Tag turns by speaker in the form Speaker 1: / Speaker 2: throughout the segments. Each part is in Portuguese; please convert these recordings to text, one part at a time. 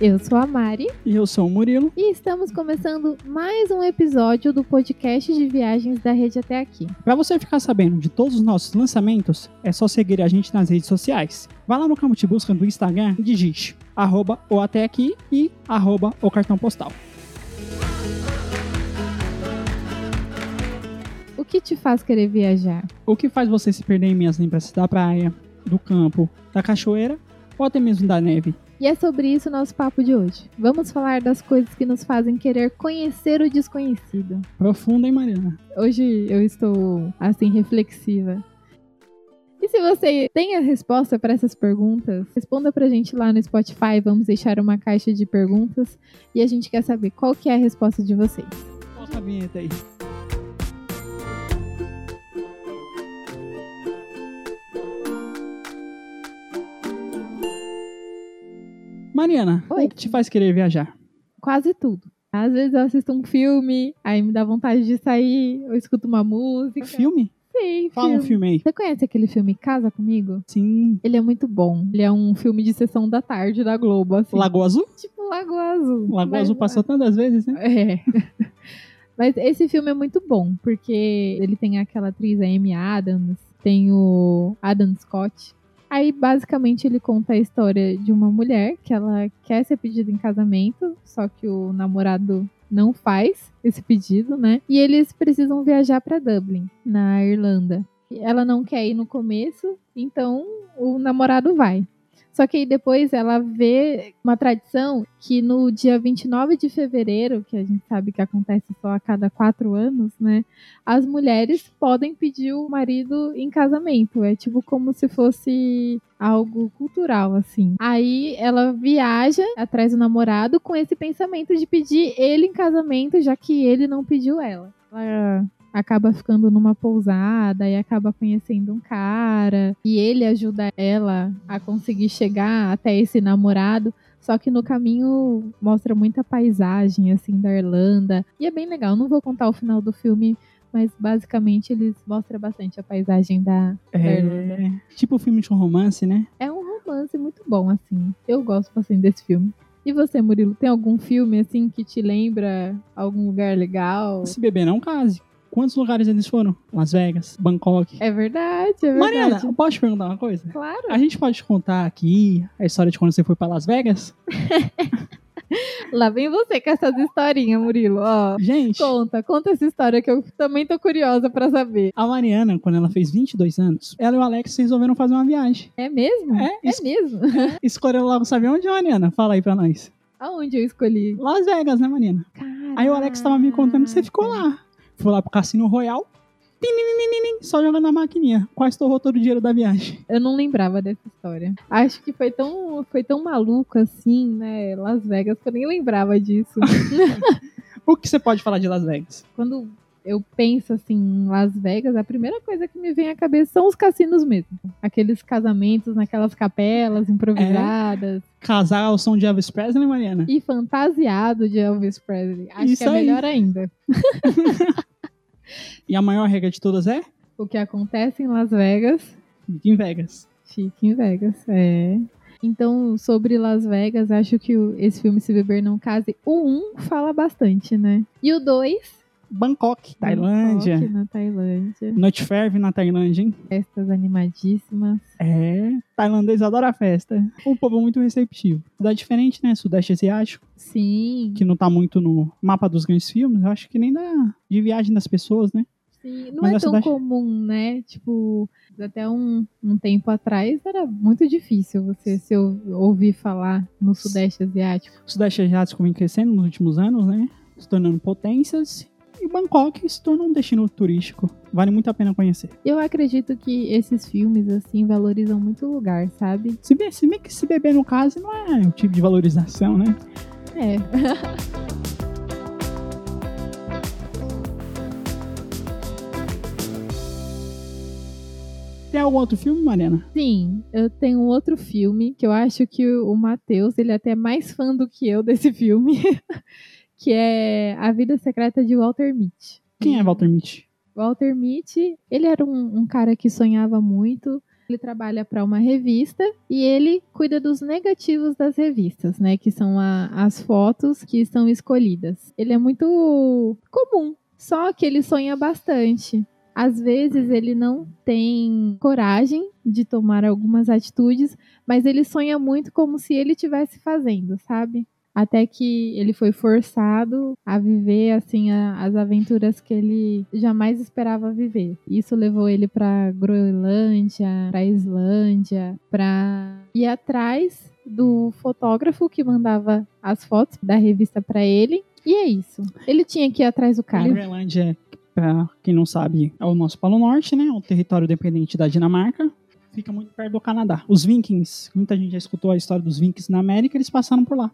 Speaker 1: Eu sou a Mari
Speaker 2: E eu sou o Murilo.
Speaker 1: e estamos começando mais um episódio do podcast de viagens da rede até aqui.
Speaker 2: Para você ficar sabendo de todos os nossos lançamentos, é só seguir a gente nas redes sociais. Vá lá no campo de busca do Instagram e digite arroba ou até aqui e arroba o cartão postal.
Speaker 1: O que te faz querer viajar?
Speaker 2: O que faz você se perder em minhas lembranças da praia, do campo, da cachoeira ou até mesmo da neve?
Speaker 1: E é sobre isso o nosso papo de hoje. Vamos falar das coisas que nos fazem querer conhecer o desconhecido.
Speaker 2: Profunda, hein, Mariana?
Speaker 1: Hoje eu estou assim reflexiva. E se você tem a resposta para essas perguntas, responda pra gente lá no Spotify, vamos deixar uma caixa de perguntas e a gente quer saber qual que é a resposta de vocês.
Speaker 2: Solta a vinheta aí. Mariana,
Speaker 1: Oi.
Speaker 2: o que te faz querer viajar?
Speaker 1: quase tudo. Às vezes eu assisto um filme, aí me dá vontade de sair, eu escuto uma música.
Speaker 2: Filme?
Speaker 1: Sim,
Speaker 2: Fala um
Speaker 1: filme.
Speaker 2: filme aí.
Speaker 1: Você conhece aquele filme Casa Comigo?
Speaker 2: Sim.
Speaker 1: Ele é muito bom. Ele é um filme de sessão da tarde da Globo, assim.
Speaker 2: Lagoa Azul?
Speaker 1: Tipo Lagoa Azul.
Speaker 2: Lagoa
Speaker 1: Mas-
Speaker 2: Azul passou tantas vezes, né?
Speaker 1: É. Mas esse filme é muito bom, porque ele tem aquela atriz, a Amy Adams, tem o Adam Scott. Aí, basicamente, ele conta a história de uma mulher que ela quer ser pedida em casamento, só que o namorado não faz esse pedido, né? E eles precisam viajar para Dublin, na Irlanda. E Ela não quer ir no começo, então o namorado vai. Só que aí depois ela vê uma tradição que no dia 29 de fevereiro, que a gente sabe que acontece só a cada quatro anos, né? As mulheres podem pedir o marido em casamento. É tipo como se fosse algo cultural, assim. Aí ela viaja atrás do namorado com esse pensamento de pedir ele em casamento, já que ele não pediu ela. Ela acaba ficando numa pousada e acaba conhecendo um cara e ele ajuda ela a conseguir chegar até esse namorado. Só que no caminho mostra muita paisagem assim da Irlanda e é bem legal. Não vou contar o final do filme, mas basicamente eles mostram bastante a paisagem da da Irlanda.
Speaker 2: É, tipo filme de romance, né?
Speaker 1: É um romance muito bom assim. Eu gosto bastante desse filme. E você, Murilo, tem algum filme assim que te lembra algum lugar legal?
Speaker 2: Se beber não case. Quantos lugares eles foram? Las Vegas, Bangkok.
Speaker 1: É verdade, é verdade.
Speaker 2: Mariana, eu posso te perguntar uma coisa?
Speaker 1: Claro.
Speaker 2: A gente pode contar aqui a história de quando você foi pra Las Vegas?
Speaker 1: Lá vem você com essas historinhas, Murilo. Ó,
Speaker 2: Gente,
Speaker 1: conta, conta essa história que eu também tô curiosa pra saber.
Speaker 2: a Mariana, quando ela fez 22 anos, ela e o Alex resolveram fazer uma viagem.
Speaker 1: É mesmo?
Speaker 2: É,
Speaker 1: É
Speaker 2: es
Speaker 1: mesmo?
Speaker 2: escolheram logo, sabe onde, Mariana? Fala aí pra nós.
Speaker 1: Aonde eu escolhi?
Speaker 2: Las Vegas, né, Mariana? Aí o Alex tava me contando que você ficou lá. Foi lá pro Cassino Royal, pinininininin, só jogando na maquininha. Quase torrou todo o dinheiro da viagem.
Speaker 1: Eu não lembrava dessa história. Acho que foi tão, foi tão maluco assim, né? Las Vegas, que eu nem lembrava disso.
Speaker 2: O que você pode falar de Las Vegas?
Speaker 1: Quando eu penso assim em Las Vegas, a primeira coisa que me vem à cabeça são os cassinos mesmo. Aqueles casamentos naquelas
Speaker 2: É.
Speaker 1: capelas improvisadas.
Speaker 2: Casar ao som de Elvis Presley, Mariana?
Speaker 1: e fantasiado de Elvis Presley. Acho
Speaker 2: Isso
Speaker 1: que é
Speaker 2: aí.
Speaker 1: melhor ainda.
Speaker 2: E a maior regra de todas é?
Speaker 1: O que acontece em Las Vegas,
Speaker 2: Fique em Vegas.
Speaker 1: fica em Vegas, é. Então, sobre Las Vegas, acho que o- esse filme Se Beber Não Case, o 1 fala bastante, né? E o 2,
Speaker 2: Bangkok, Tailândia.
Speaker 1: Bangkok, na Tailândia.
Speaker 2: Noite ferve na Tailândia, hein?
Speaker 1: Festas animadíssimas.
Speaker 2: É. Tailandês adora a festa. Um povo muito receptivo. Cidade diferente, né? Sudeste Asiático,
Speaker 1: Sim,
Speaker 2: que não tá muito no mapa dos grandes filmes. Eu acho que nem da de viagem das pessoas, né?
Speaker 1: sim. Não
Speaker 2: Mas
Speaker 1: é
Speaker 2: a
Speaker 1: tão
Speaker 2: cidade-
Speaker 1: comum, né? Tipo, até um, um tempo atrás era muito difícil você se ou- ouvir falar no Sudeste Asiático.
Speaker 2: O Sudeste Asiático vem crescendo nos últimos anos, né? Se tornando potências. E Bangkok se tornou um destino turístico. Vale muito a pena conhecer.
Speaker 1: Eu acredito que esses filmes, assim, valorizam muito o lugar, sabe?
Speaker 2: Se bem, se bem que se beber no caso não é o tipo de valorização, né?
Speaker 1: É.
Speaker 2: Tem algum outro filme, Mariana?
Speaker 1: Sim, eu tenho um outro filme que eu acho que o Matheus, ele é até mais fã do que eu desse filme, que é A Vida Secreta de Walter Mitty.
Speaker 2: Quem é Walter Mitty?
Speaker 1: Walter Mitty, ele era um, um cara que sonhava muito, Ele trabalha para uma revista e ele cuida dos negativos das revistas, né? Que são a- as fotos que são escolhidas. Ele é muito comum, só que ele sonha bastante. Às vezes ele não tem coragem de tomar algumas atitudes, mas ele sonha muito como se ele estivesse fazendo, sabe? Até que ele foi forçado a viver assim a- as aventuras que ele jamais esperava viver. Isso levou ele para Groenlândia, para Islândia, para ir atrás do fotógrafo que mandava as fotos da revista para ele. E é isso. Ele tinha que ir atrás do cara.
Speaker 2: Greenland é, pra quem não sabe, é o nosso Polo Norte, né? É um território dependente da Dinamarca. Fica muito perto do Canadá. Os Vikings, muita gente já escutou a história dos Vikings na América, eles passaram por lá.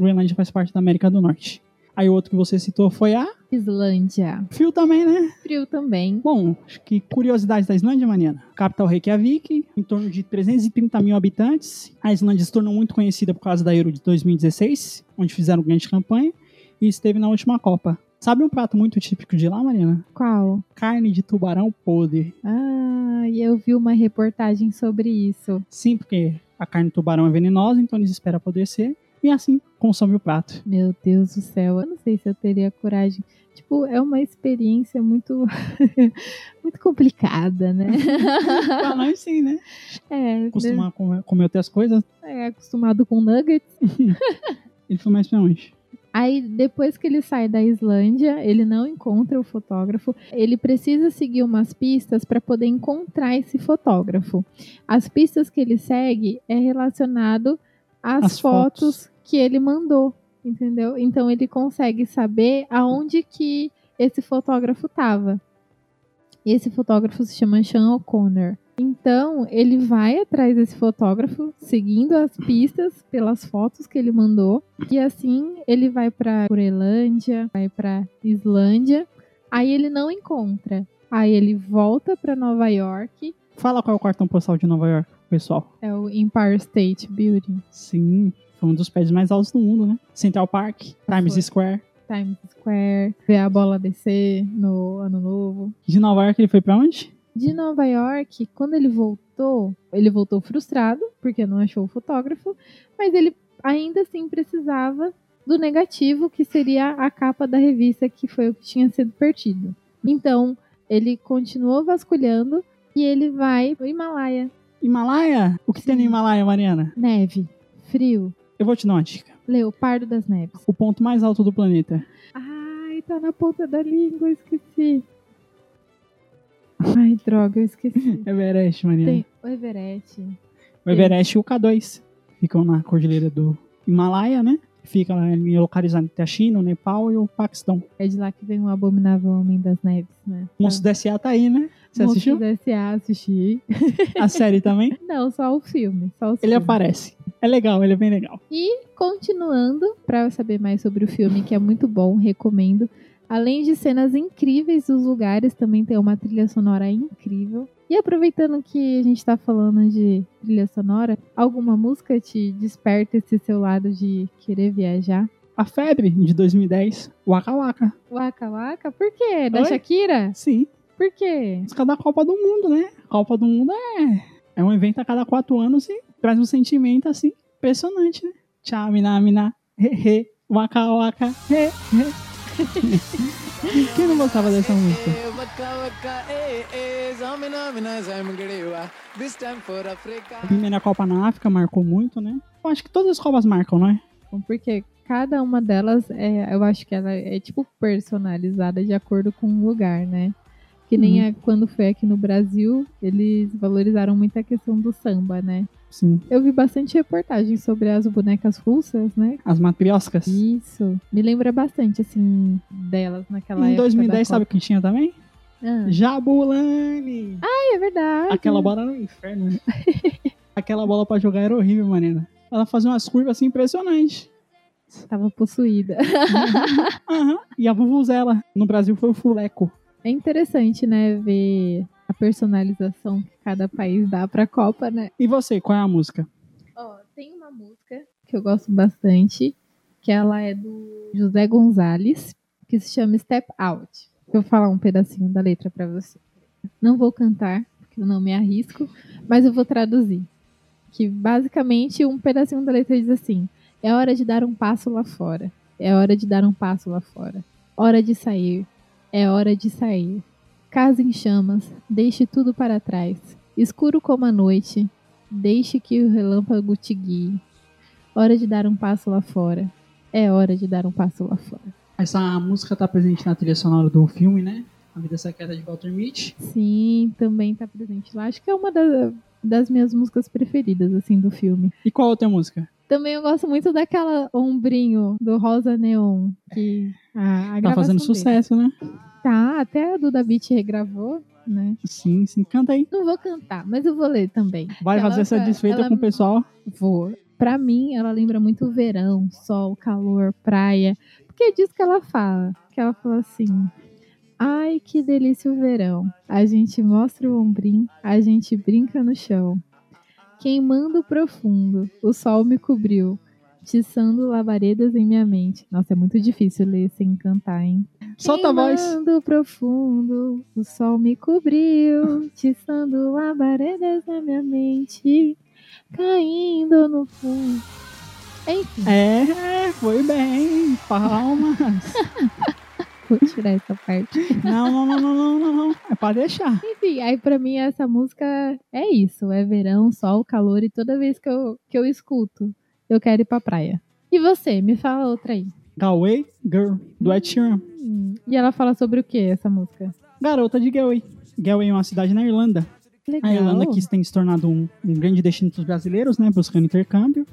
Speaker 2: Greenland faz parte da América do Norte. Aí o outro que você citou foi a
Speaker 1: Islândia.
Speaker 2: Fio também, né?
Speaker 1: Frio também.
Speaker 2: Bom, acho que curiosidades da Islândia, Mariana. Capital Reykjavik, em torno de 330 mil habitantes. A Islândia se tornou muito conhecida por causa da Euro de 2016, onde fizeram grande campanha, e esteve na última Copa. Sabe um prato muito típico de lá, Mariana?
Speaker 1: Qual?
Speaker 2: carne de tubarão podre.
Speaker 1: Ah, e eu vi uma reportagem sobre isso.
Speaker 2: Sim, porque a carne de tubarão é venenosa, então eles esperam apodrecer e assim consome o prato.
Speaker 1: Meu Deus do céu, eu não sei se eu teria coragem. Tipo, é uma experiência muito muito complicada, né?
Speaker 2: Pra nós sim, né?
Speaker 1: é, né?
Speaker 2: Costumar comer, comer outras coisas,
Speaker 1: é acostumado com nuggets.
Speaker 2: ele foi mais pra onde?
Speaker 1: Aí depois que ele sai da Islândia, ele não encontra o fotógrafo. Ele precisa seguir umas pistas para poder encontrar esse fotógrafo. As pistas que ele segue é relacionado às
Speaker 2: As
Speaker 1: fotos.
Speaker 2: fotos.
Speaker 1: que ele mandou, entendeu? Então ele consegue saber aonde que esse fotógrafo estava. E esse fotógrafo se chama Sean O'Connor. Então ele vai atrás desse fotógrafo, seguindo as pistas pelas fotos que ele mandou. E assim ele vai para Groenlândia, vai para Islândia. Aí ele não encontra. Aí ele volta para Nova York,
Speaker 2: Fala qual é o cartão postal de Nova York, pessoal.
Speaker 1: é o Empire State Building,
Speaker 2: Sim, foi um dos prédios mais altos do mundo, né? Central Park, Times
Speaker 1: Foi.
Speaker 2: Square.
Speaker 1: Times Square, ver a bola descer no Ano Novo.
Speaker 2: De Nova York ele foi pra onde?
Speaker 1: De Nova York, quando ele voltou, ele voltou frustrado, porque não achou o fotógrafo, mas ele ainda assim precisava do negativo, que seria a capa da revista, que foi o que tinha sido perdido. Então, ele continuou vasculhando e ele vai pro Himalaia.
Speaker 2: Himalaia? O que tem no Himalaia, Mariana?
Speaker 1: Neve, frio,
Speaker 2: Eu vou te dar uma dica.
Speaker 1: leopardo das neves.
Speaker 2: O ponto mais alto do planeta.
Speaker 1: Ai, tá na ponta da língua, esqueci. Ai, droga, eu esqueci.
Speaker 2: é Everest, Mariana.
Speaker 1: Tem o Everest.
Speaker 2: O Everest e o K2 ficam na cordilheira do Himalaia, né? Fica lá em localizado entre a China, o Nepal e o Paquistão.
Speaker 1: É de lá que vem o abominável Homem das Neves, né?
Speaker 2: O Monstro do S.A. tá aí, né? Você assistiu?
Speaker 1: Monstros S.A. assisti.
Speaker 2: A série também?
Speaker 1: Não, só o filme. Só os
Speaker 2: Ele
Speaker 1: filmes.
Speaker 2: aparece. É legal, ele é bem legal.
Speaker 1: E continuando, para saber mais sobre o filme, que é muito bom, recomendo. Além de cenas incríveis dos lugares, também tem uma trilha sonora incrível. E aproveitando que a gente tá falando de trilha sonora, alguma música te desperta esse seu lado de querer viajar?
Speaker 2: A Febre, de 2010, Waka Waka.
Speaker 1: Waka Waka? Por quê? Da
Speaker 2: Oi?
Speaker 1: Shakira?
Speaker 2: Sim,
Speaker 1: Por quê?
Speaker 2: música da Copa do Mundo, né? Copa do Mundo é, é um evento a cada quatro anos e traz um sentimento, assim, impressionante, né? Tchau, mina, mina, he, he, waka, waka, he, he. Quem não gostava dessa música?
Speaker 3: Eh, Waka waka, eh, eh, zamina mina zamgrewa. This time for Africa.
Speaker 2: A primeira Copa na África marcou muito, né? Eu acho que todas as Copas marcam, não é?
Speaker 1: Bom, Porque cada uma delas, é, eu acho que ela é tipo personalizada de acordo com o lugar, né? Que nem
Speaker 2: Uhum.
Speaker 1: a- quando foi aqui no Brasil, eles valorizaram muito a questão do samba, né?
Speaker 2: Sim.
Speaker 1: Eu vi bastante reportagem sobre as bonecas russas, né?
Speaker 2: As matrioscas.
Speaker 1: Isso. Me lembra bastante, assim, delas naquela
Speaker 2: em
Speaker 1: época.
Speaker 2: 2010,
Speaker 1: é da
Speaker 2: sabe o que tinha também?
Speaker 1: Copa. Ah,
Speaker 2: Jabulani!
Speaker 1: é verdade.
Speaker 2: Aquela bola no inferno, né? Aquela bola pra jogar era horrível, Marina. Ela fazia umas curvas assim impressionantes.
Speaker 1: Tava possuída.
Speaker 2: Aham. E a Vuvuzela. No Brasil foi o Fuleco.
Speaker 1: É interessante, né? Ver a personalização que cada país dá pra Copa, né?
Speaker 2: E você, qual é a música?
Speaker 1: Ó, tem uma música que eu gosto bastante, que ela é do José Gonzalez, que se chama Step Out. Eu Vou falar um pedacinho da letra pra você. Não vou cantar, porque eu não me arrisco, mas eu vou traduzir. Que basicamente um pedacinho da letra diz assim: é hora de dar um passo lá fora. É hora de dar um passo lá fora. Hora de sair. É hora de sair. Casa em chamas, deixe tudo para trás. Escuro como a noite, deixe que o relâmpago te guie. Hora de dar um passo lá fora. É hora de dar um passo lá fora.
Speaker 2: Essa música tá presente na trilha sonora do filme, né? A Vida Secreta de Walter Mitty.
Speaker 1: Sim, também tá presente lá. Acho que é uma da- das minhas músicas preferidas, assim, do filme.
Speaker 2: E qual outra música? Tá
Speaker 1: Também eu gosto muito daquela ombrinho do Rosa Neon, que a, a
Speaker 2: Tá fazendo
Speaker 1: gravação dele.
Speaker 2: sucesso, né?
Speaker 1: Tá, até a Duda Beat regravou, né?
Speaker 2: Sim, sim. Canta aí.
Speaker 1: Não vou cantar, mas eu vou ler também.
Speaker 2: Vai
Speaker 1: Ela- é-
Speaker 2: fazer essa desfeita
Speaker 1: ela-
Speaker 2: com o pessoal.
Speaker 1: Vou. Pra mim, ela lembra muito o verão, sol, calor, praia. Porque é disso que ela fala. Que ela fala assim. Ai, que delícia o verão. A gente mostra o ombrim, a gente brinca no chão. Queimando profundo, o sol me cobriu, tiçando labaredas em minha mente. Nossa, é muito difícil ler sem cantar, hein?
Speaker 2: Solta a voz.
Speaker 1: Queimando profundo, o sol me cobriu, tiçando labaredas na minha mente, caindo no fundo. Enfim,
Speaker 2: É, foi bem. Palmas.
Speaker 1: vou tirar essa parte.
Speaker 2: Não, não, não, não, não, não, não. É pra deixar.
Speaker 1: Enfim, aí pra mim essa música é isso, é verão, sol, calor e toda vez que eu, que eu escuto, eu quero ir pra praia. E você, me fala outra aí.
Speaker 2: Galway Girl, do Ed Sheeran.
Speaker 1: Hum, E ela fala sobre o que essa música?
Speaker 2: Garota de Galway. Galway é uma cidade na Irlanda.
Speaker 1: Legal.
Speaker 2: A Irlanda que tem se tornado um, um grande destino dos brasileiros, né? Buscando intercâmbio.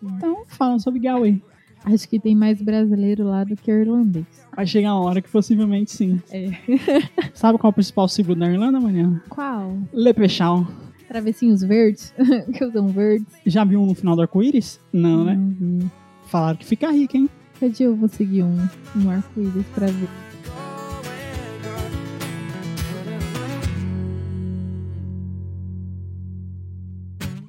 Speaker 2: Então, falam sobre Galway.
Speaker 1: Acho que tem mais brasileiro lá do que irlandês.
Speaker 2: Vai chegar a hora que possivelmente sim.
Speaker 1: É.
Speaker 2: Sabe qual é o principal símbolo da Irlanda, Mariana?
Speaker 1: Qual?
Speaker 2: Leprechaun.
Speaker 1: Travessinhos verdes, que usam verdes.
Speaker 2: Já viu um no final do arco-íris? Não, né?
Speaker 1: Uhum.
Speaker 2: Falaram que fica rico, hein?
Speaker 1: Cadê eu vou seguir um, um arco-íris pra ver?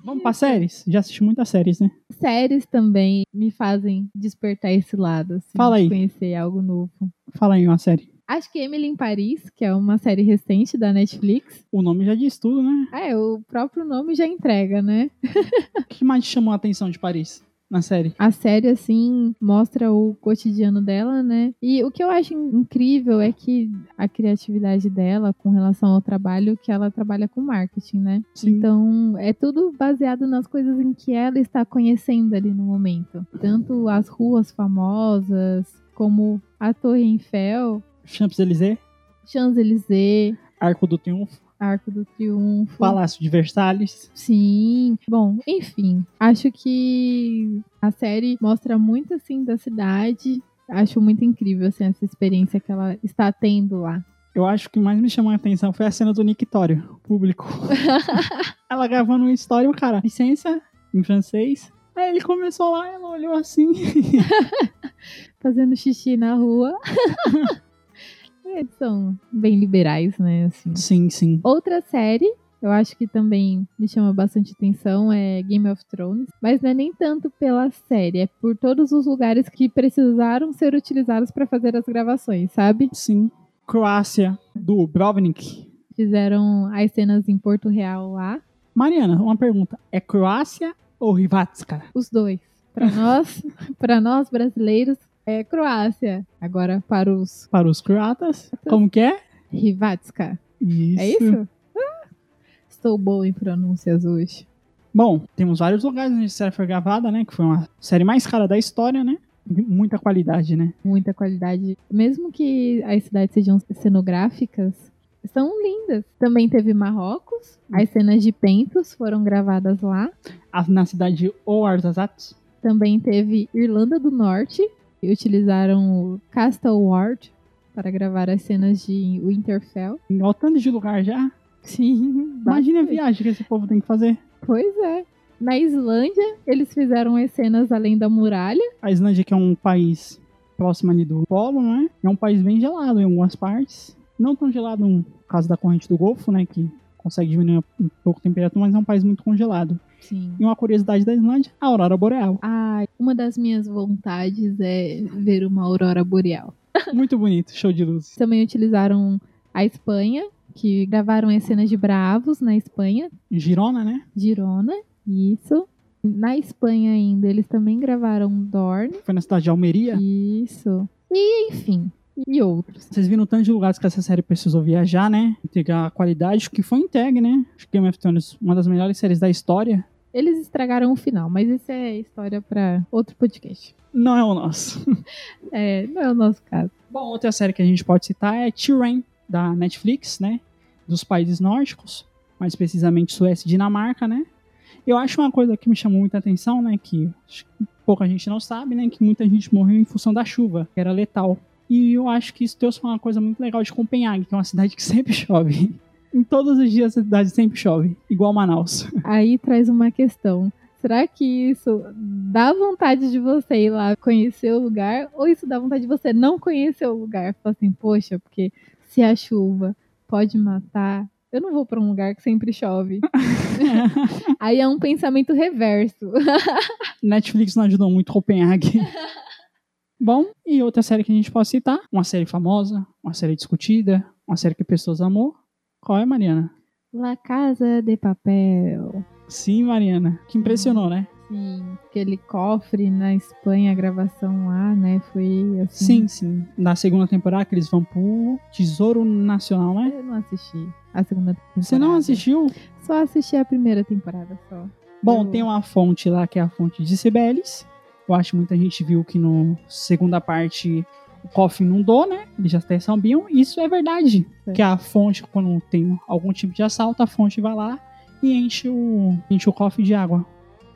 Speaker 2: Vamos pra séries? Já assisti muitas séries, né?
Speaker 1: Séries também me fazem despertar esse lado, assim,
Speaker 2: Fala
Speaker 1: de
Speaker 2: aí.
Speaker 1: conhecer algo novo.
Speaker 2: Fala aí uma série.
Speaker 1: Acho que Emily em Paris, que é uma série recente da Netflix.
Speaker 2: O nome já diz tudo, né?
Speaker 1: Ah, É, o próprio nome já entrega, né?
Speaker 2: O que mais te chamou a atenção de Paris na série?
Speaker 1: A série, assim, mostra o cotidiano dela, né? E o que eu acho in- incrível é que a criatividade dela com relação ao trabalho, que ela trabalha com marketing, né?
Speaker 2: Sim.
Speaker 1: Então, é tudo baseado nas coisas em que ela está conhecendo ali no momento. Tanto as ruas famosas, como a Torre Eiffel,
Speaker 2: Champs-Élysées,
Speaker 1: Champs-Élysées,
Speaker 2: Arco do Triunfo,
Speaker 1: Arco do Triunfo.
Speaker 2: Palácio de Versalhes.
Speaker 1: Sim. Bom, enfim, acho que a série mostra muito assim da cidade. Acho muito incrível assim, essa experiência que ela está tendo lá.
Speaker 2: Eu acho que mais me chamou a atenção foi a cena do Nictório, público. ela gravando uma história, e o cara, licença, em francês. Aí ele começou lá, ela olhou assim.
Speaker 1: Fazendo xixi na rua. Eles são bem liberais, né? Assim.
Speaker 2: Sim, sim.
Speaker 1: Outra série, eu acho que também me chama bastante atenção, é Game of Thrones. Mas não é nem tanto pela série, é por todos os lugares que precisaram ser utilizados para fazer as gravações, sabe?
Speaker 2: Sim. Croácia, do Brovnik.
Speaker 1: Fizeram as cenas em Porto Real lá,
Speaker 2: Mariana, uma pergunta. É Croácia ou Rivatska?
Speaker 1: os dois. Para nós, para nós brasileiros, é Croácia. Agora para os
Speaker 2: Para os croatas, como que é?
Speaker 1: Rivatska.
Speaker 2: Isso.
Speaker 1: É isso? Ah, Estou boa em pronúncias hoje.
Speaker 2: Bom, temos vários lugares onde a série foi gravada, né? Que foi uma série mais cara da história, né? De Muita qualidade, né?
Speaker 1: muita qualidade. Mesmo que as cidades sejam cenográficas, são lindas. Também teve Marrocos, as cenas de Pentos foram gravadas lá.
Speaker 2: A- Na cidade de Ouarzazate.
Speaker 1: Também teve Irlanda do Norte, e utilizaram o Castle Ward para gravar as cenas de Winterfell.
Speaker 2: Olha o tanto de lugar já.
Speaker 1: Sim,
Speaker 2: Imagina a viagem que esse povo tem que fazer.
Speaker 1: Pois é. Na Islândia, eles fizeram as cenas além da muralha.
Speaker 2: A Islândia, que é um país próximo ali do Polo, né? É um país bem gelado em algumas partes. Não tão gelado no caso da corrente do Golfo, né? Que consegue diminuir um pouco a temperatura, mas é um país muito congelado.
Speaker 1: Sim.
Speaker 2: E uma curiosidade da Islândia, a aurora boreal.
Speaker 1: Ai, uma das minhas vontades é ver uma aurora boreal.
Speaker 2: Muito bonito, show de luz.
Speaker 1: Também utilizaram a Espanha que gravaram as cenas de Bravos na Espanha,
Speaker 2: Girona, né?
Speaker 1: Girona, isso. Na Espanha ainda, eles também gravaram Dorn,
Speaker 2: Foi na cidade de Almeria.
Speaker 1: isso. E enfim, e outros.
Speaker 2: Vocês viram tantos lugares que essa série precisou viajar, né? Entregar a qualidade que foi entregue, né? Acho que Game of Thrones uma das melhores séries da história.
Speaker 1: Eles estragaram o final, mas isso é história pra outro podcast.
Speaker 2: Não é o nosso.
Speaker 1: É, não é o nosso caso.
Speaker 2: Bom, outra série que a gente pode citar é Tyrion, da Netflix, né? Dos países nórdicos, mais precisamente Suécia e Dinamarca, né? Eu acho uma coisa que me chamou muita atenção, né? Que acho que pouca gente não sabe, né? Que muita gente morreu em função da chuva, que era letal. E eu acho que isso trouxe uma coisa muito legal de Copenhague, que é uma cidade que sempre chove. Em todos os dias a cidade sempre chove, igual Manaus.
Speaker 1: Aí traz uma questão. Será que isso dá vontade de você ir lá conhecer o lugar? Ou isso dá vontade de você não conhecer o lugar? Falar assim, poxa, porque se a chuva pode matar, eu não vou pra um lugar que sempre chove. Aí é um pensamento reverso.
Speaker 2: Netflix não ajudou muito Copenhague. Bom, e outra série que a gente pode citar, uma série famosa, uma série discutida, uma série que pessoas amou. Qual é, Mariana?
Speaker 1: La Casa de Papel.
Speaker 2: Sim, Mariana. Que impressionou, né?
Speaker 1: Sim, aquele cofre na Espanha, a gravação lá, né? Foi assim.
Speaker 2: Sim, sim. Na segunda temporada que eles vão pro Tesouro Nacional, né?
Speaker 1: Eu não assisti a segunda temporada.
Speaker 2: Você não assistiu?
Speaker 1: Só assisti a primeira temporada só.
Speaker 2: Bom,
Speaker 1: Eu-
Speaker 2: tem uma fonte lá que é a fonte de Cibeles. Eu acho que muita gente viu que no segunda parte o cofre inundou, né? Eles já até sabiam. Isso é verdade.
Speaker 1: É.
Speaker 2: Que a fonte, quando tem algum tipo de assalto, a fonte vai lá e enche o, enche o cofre de água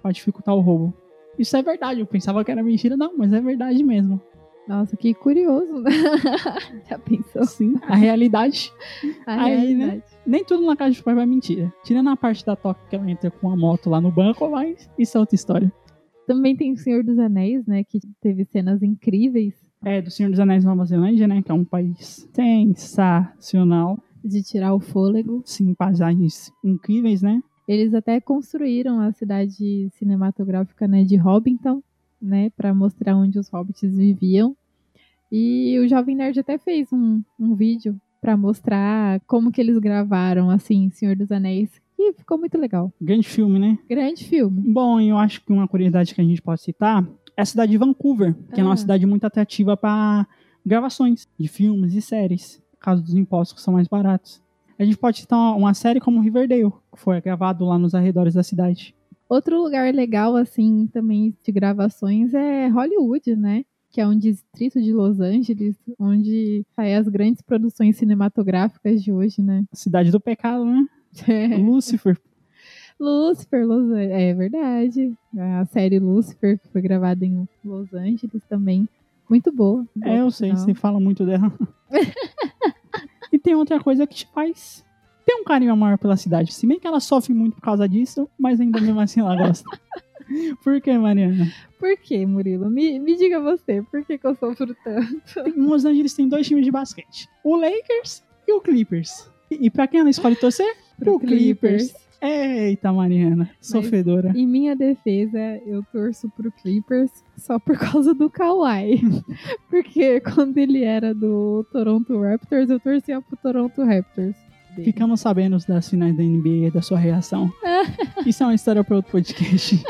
Speaker 2: pra dificultar o roubo. Isso é verdade. Eu pensava que era mentira, não, mas é verdade mesmo.
Speaker 1: Nossa, que curioso. né? Já pensou?
Speaker 2: Sim, a realidade.
Speaker 1: A
Speaker 2: Aí, né?
Speaker 1: realidade.
Speaker 2: Nem tudo na casa de pai vai mentira. Tirando a parte da toca que ela entra com a moto lá no banco, mas isso é outra história.
Speaker 1: Também tem o Senhor dos Anéis, né? Que teve cenas incríveis
Speaker 2: É, do Senhor dos Anéis Nova Zelândia, né? Que é um país sensacional.
Speaker 1: de tirar o fôlego.
Speaker 2: Sim, paisagens incríveis, né?
Speaker 1: Eles até construíram a cidade cinematográfica né, de Hobbiton, né? Pra mostrar onde os hobbits viviam. E o Jovem Nerd até fez um, um vídeo pra mostrar como que eles gravaram, assim, Senhor dos Anéis. E ficou muito legal.
Speaker 2: Grande filme, né?
Speaker 1: Grande filme.
Speaker 2: Bom, eu acho que uma curiosidade que a gente pode citar é a cidade de Vancouver, que é
Speaker 1: Ah.
Speaker 2: uma cidade muito atrativa para gravações de filmes e séries, por causa dos impostos que são mais baratos. A gente pode citar uma- uma série como Riverdale, que foi gravado lá nos arredores da cidade.
Speaker 1: Outro lugar legal, assim, também de gravações é Hollywood, né? Que é um distrito de Los Angeles, onde saem as grandes produções cinematográficas de hoje, né?
Speaker 2: A cidade do pecado, né?
Speaker 1: É.
Speaker 2: Lucifer.
Speaker 1: Lucifer, Los Angeles. É verdade. A série Lucifer, que foi gravada em Los Angeles também. Muito boa.
Speaker 2: É, eu sei,
Speaker 1: sim.
Speaker 2: você fala muito dela. e tem outra coisa que te faz ter um carinho maior pela cidade. Se bem que ela sofre muito por causa disso, mas ainda mesmo assim ela gosta. Por que, Mariana?
Speaker 1: Por que, Murilo? Me, me diga você, por que, que eu sofro tanto?
Speaker 2: Tem- Em Los Angeles tem dois times de basquete: o Lakers e o Clippers. E, e pra quem ela escolhe torcer? Pro Clippers. Eita, Mariana, sofredora.
Speaker 1: Em minha defesa, eu torço pro Clippers só por causa do Kawhi. Porque quando ele era do Toronto Raptors, eu torcia pro Toronto Raptors. dele.
Speaker 2: Ficamos sabendo das finais da NBA e da sua reação. Isso é uma história para outro podcast.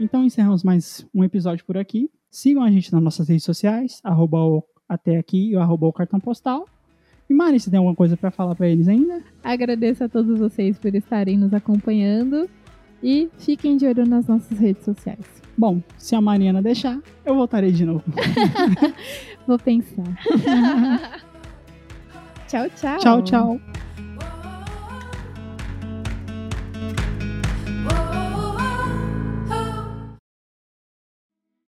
Speaker 2: então encerramos mais um episódio por aqui. Sigam a gente nas nossas redes sociais, arroba o até aqui e o arroba o cartão postal. E Mari, você tem alguma coisa para falar para eles ainda?
Speaker 1: Agradeço a todos vocês por estarem nos acompanhando e fiquem de olho nas nossas redes sociais.
Speaker 2: Bom, se a Mariana deixar, eu voltarei de novo.
Speaker 1: Vou pensar. tchau, tchau.
Speaker 2: Tchau, tchau.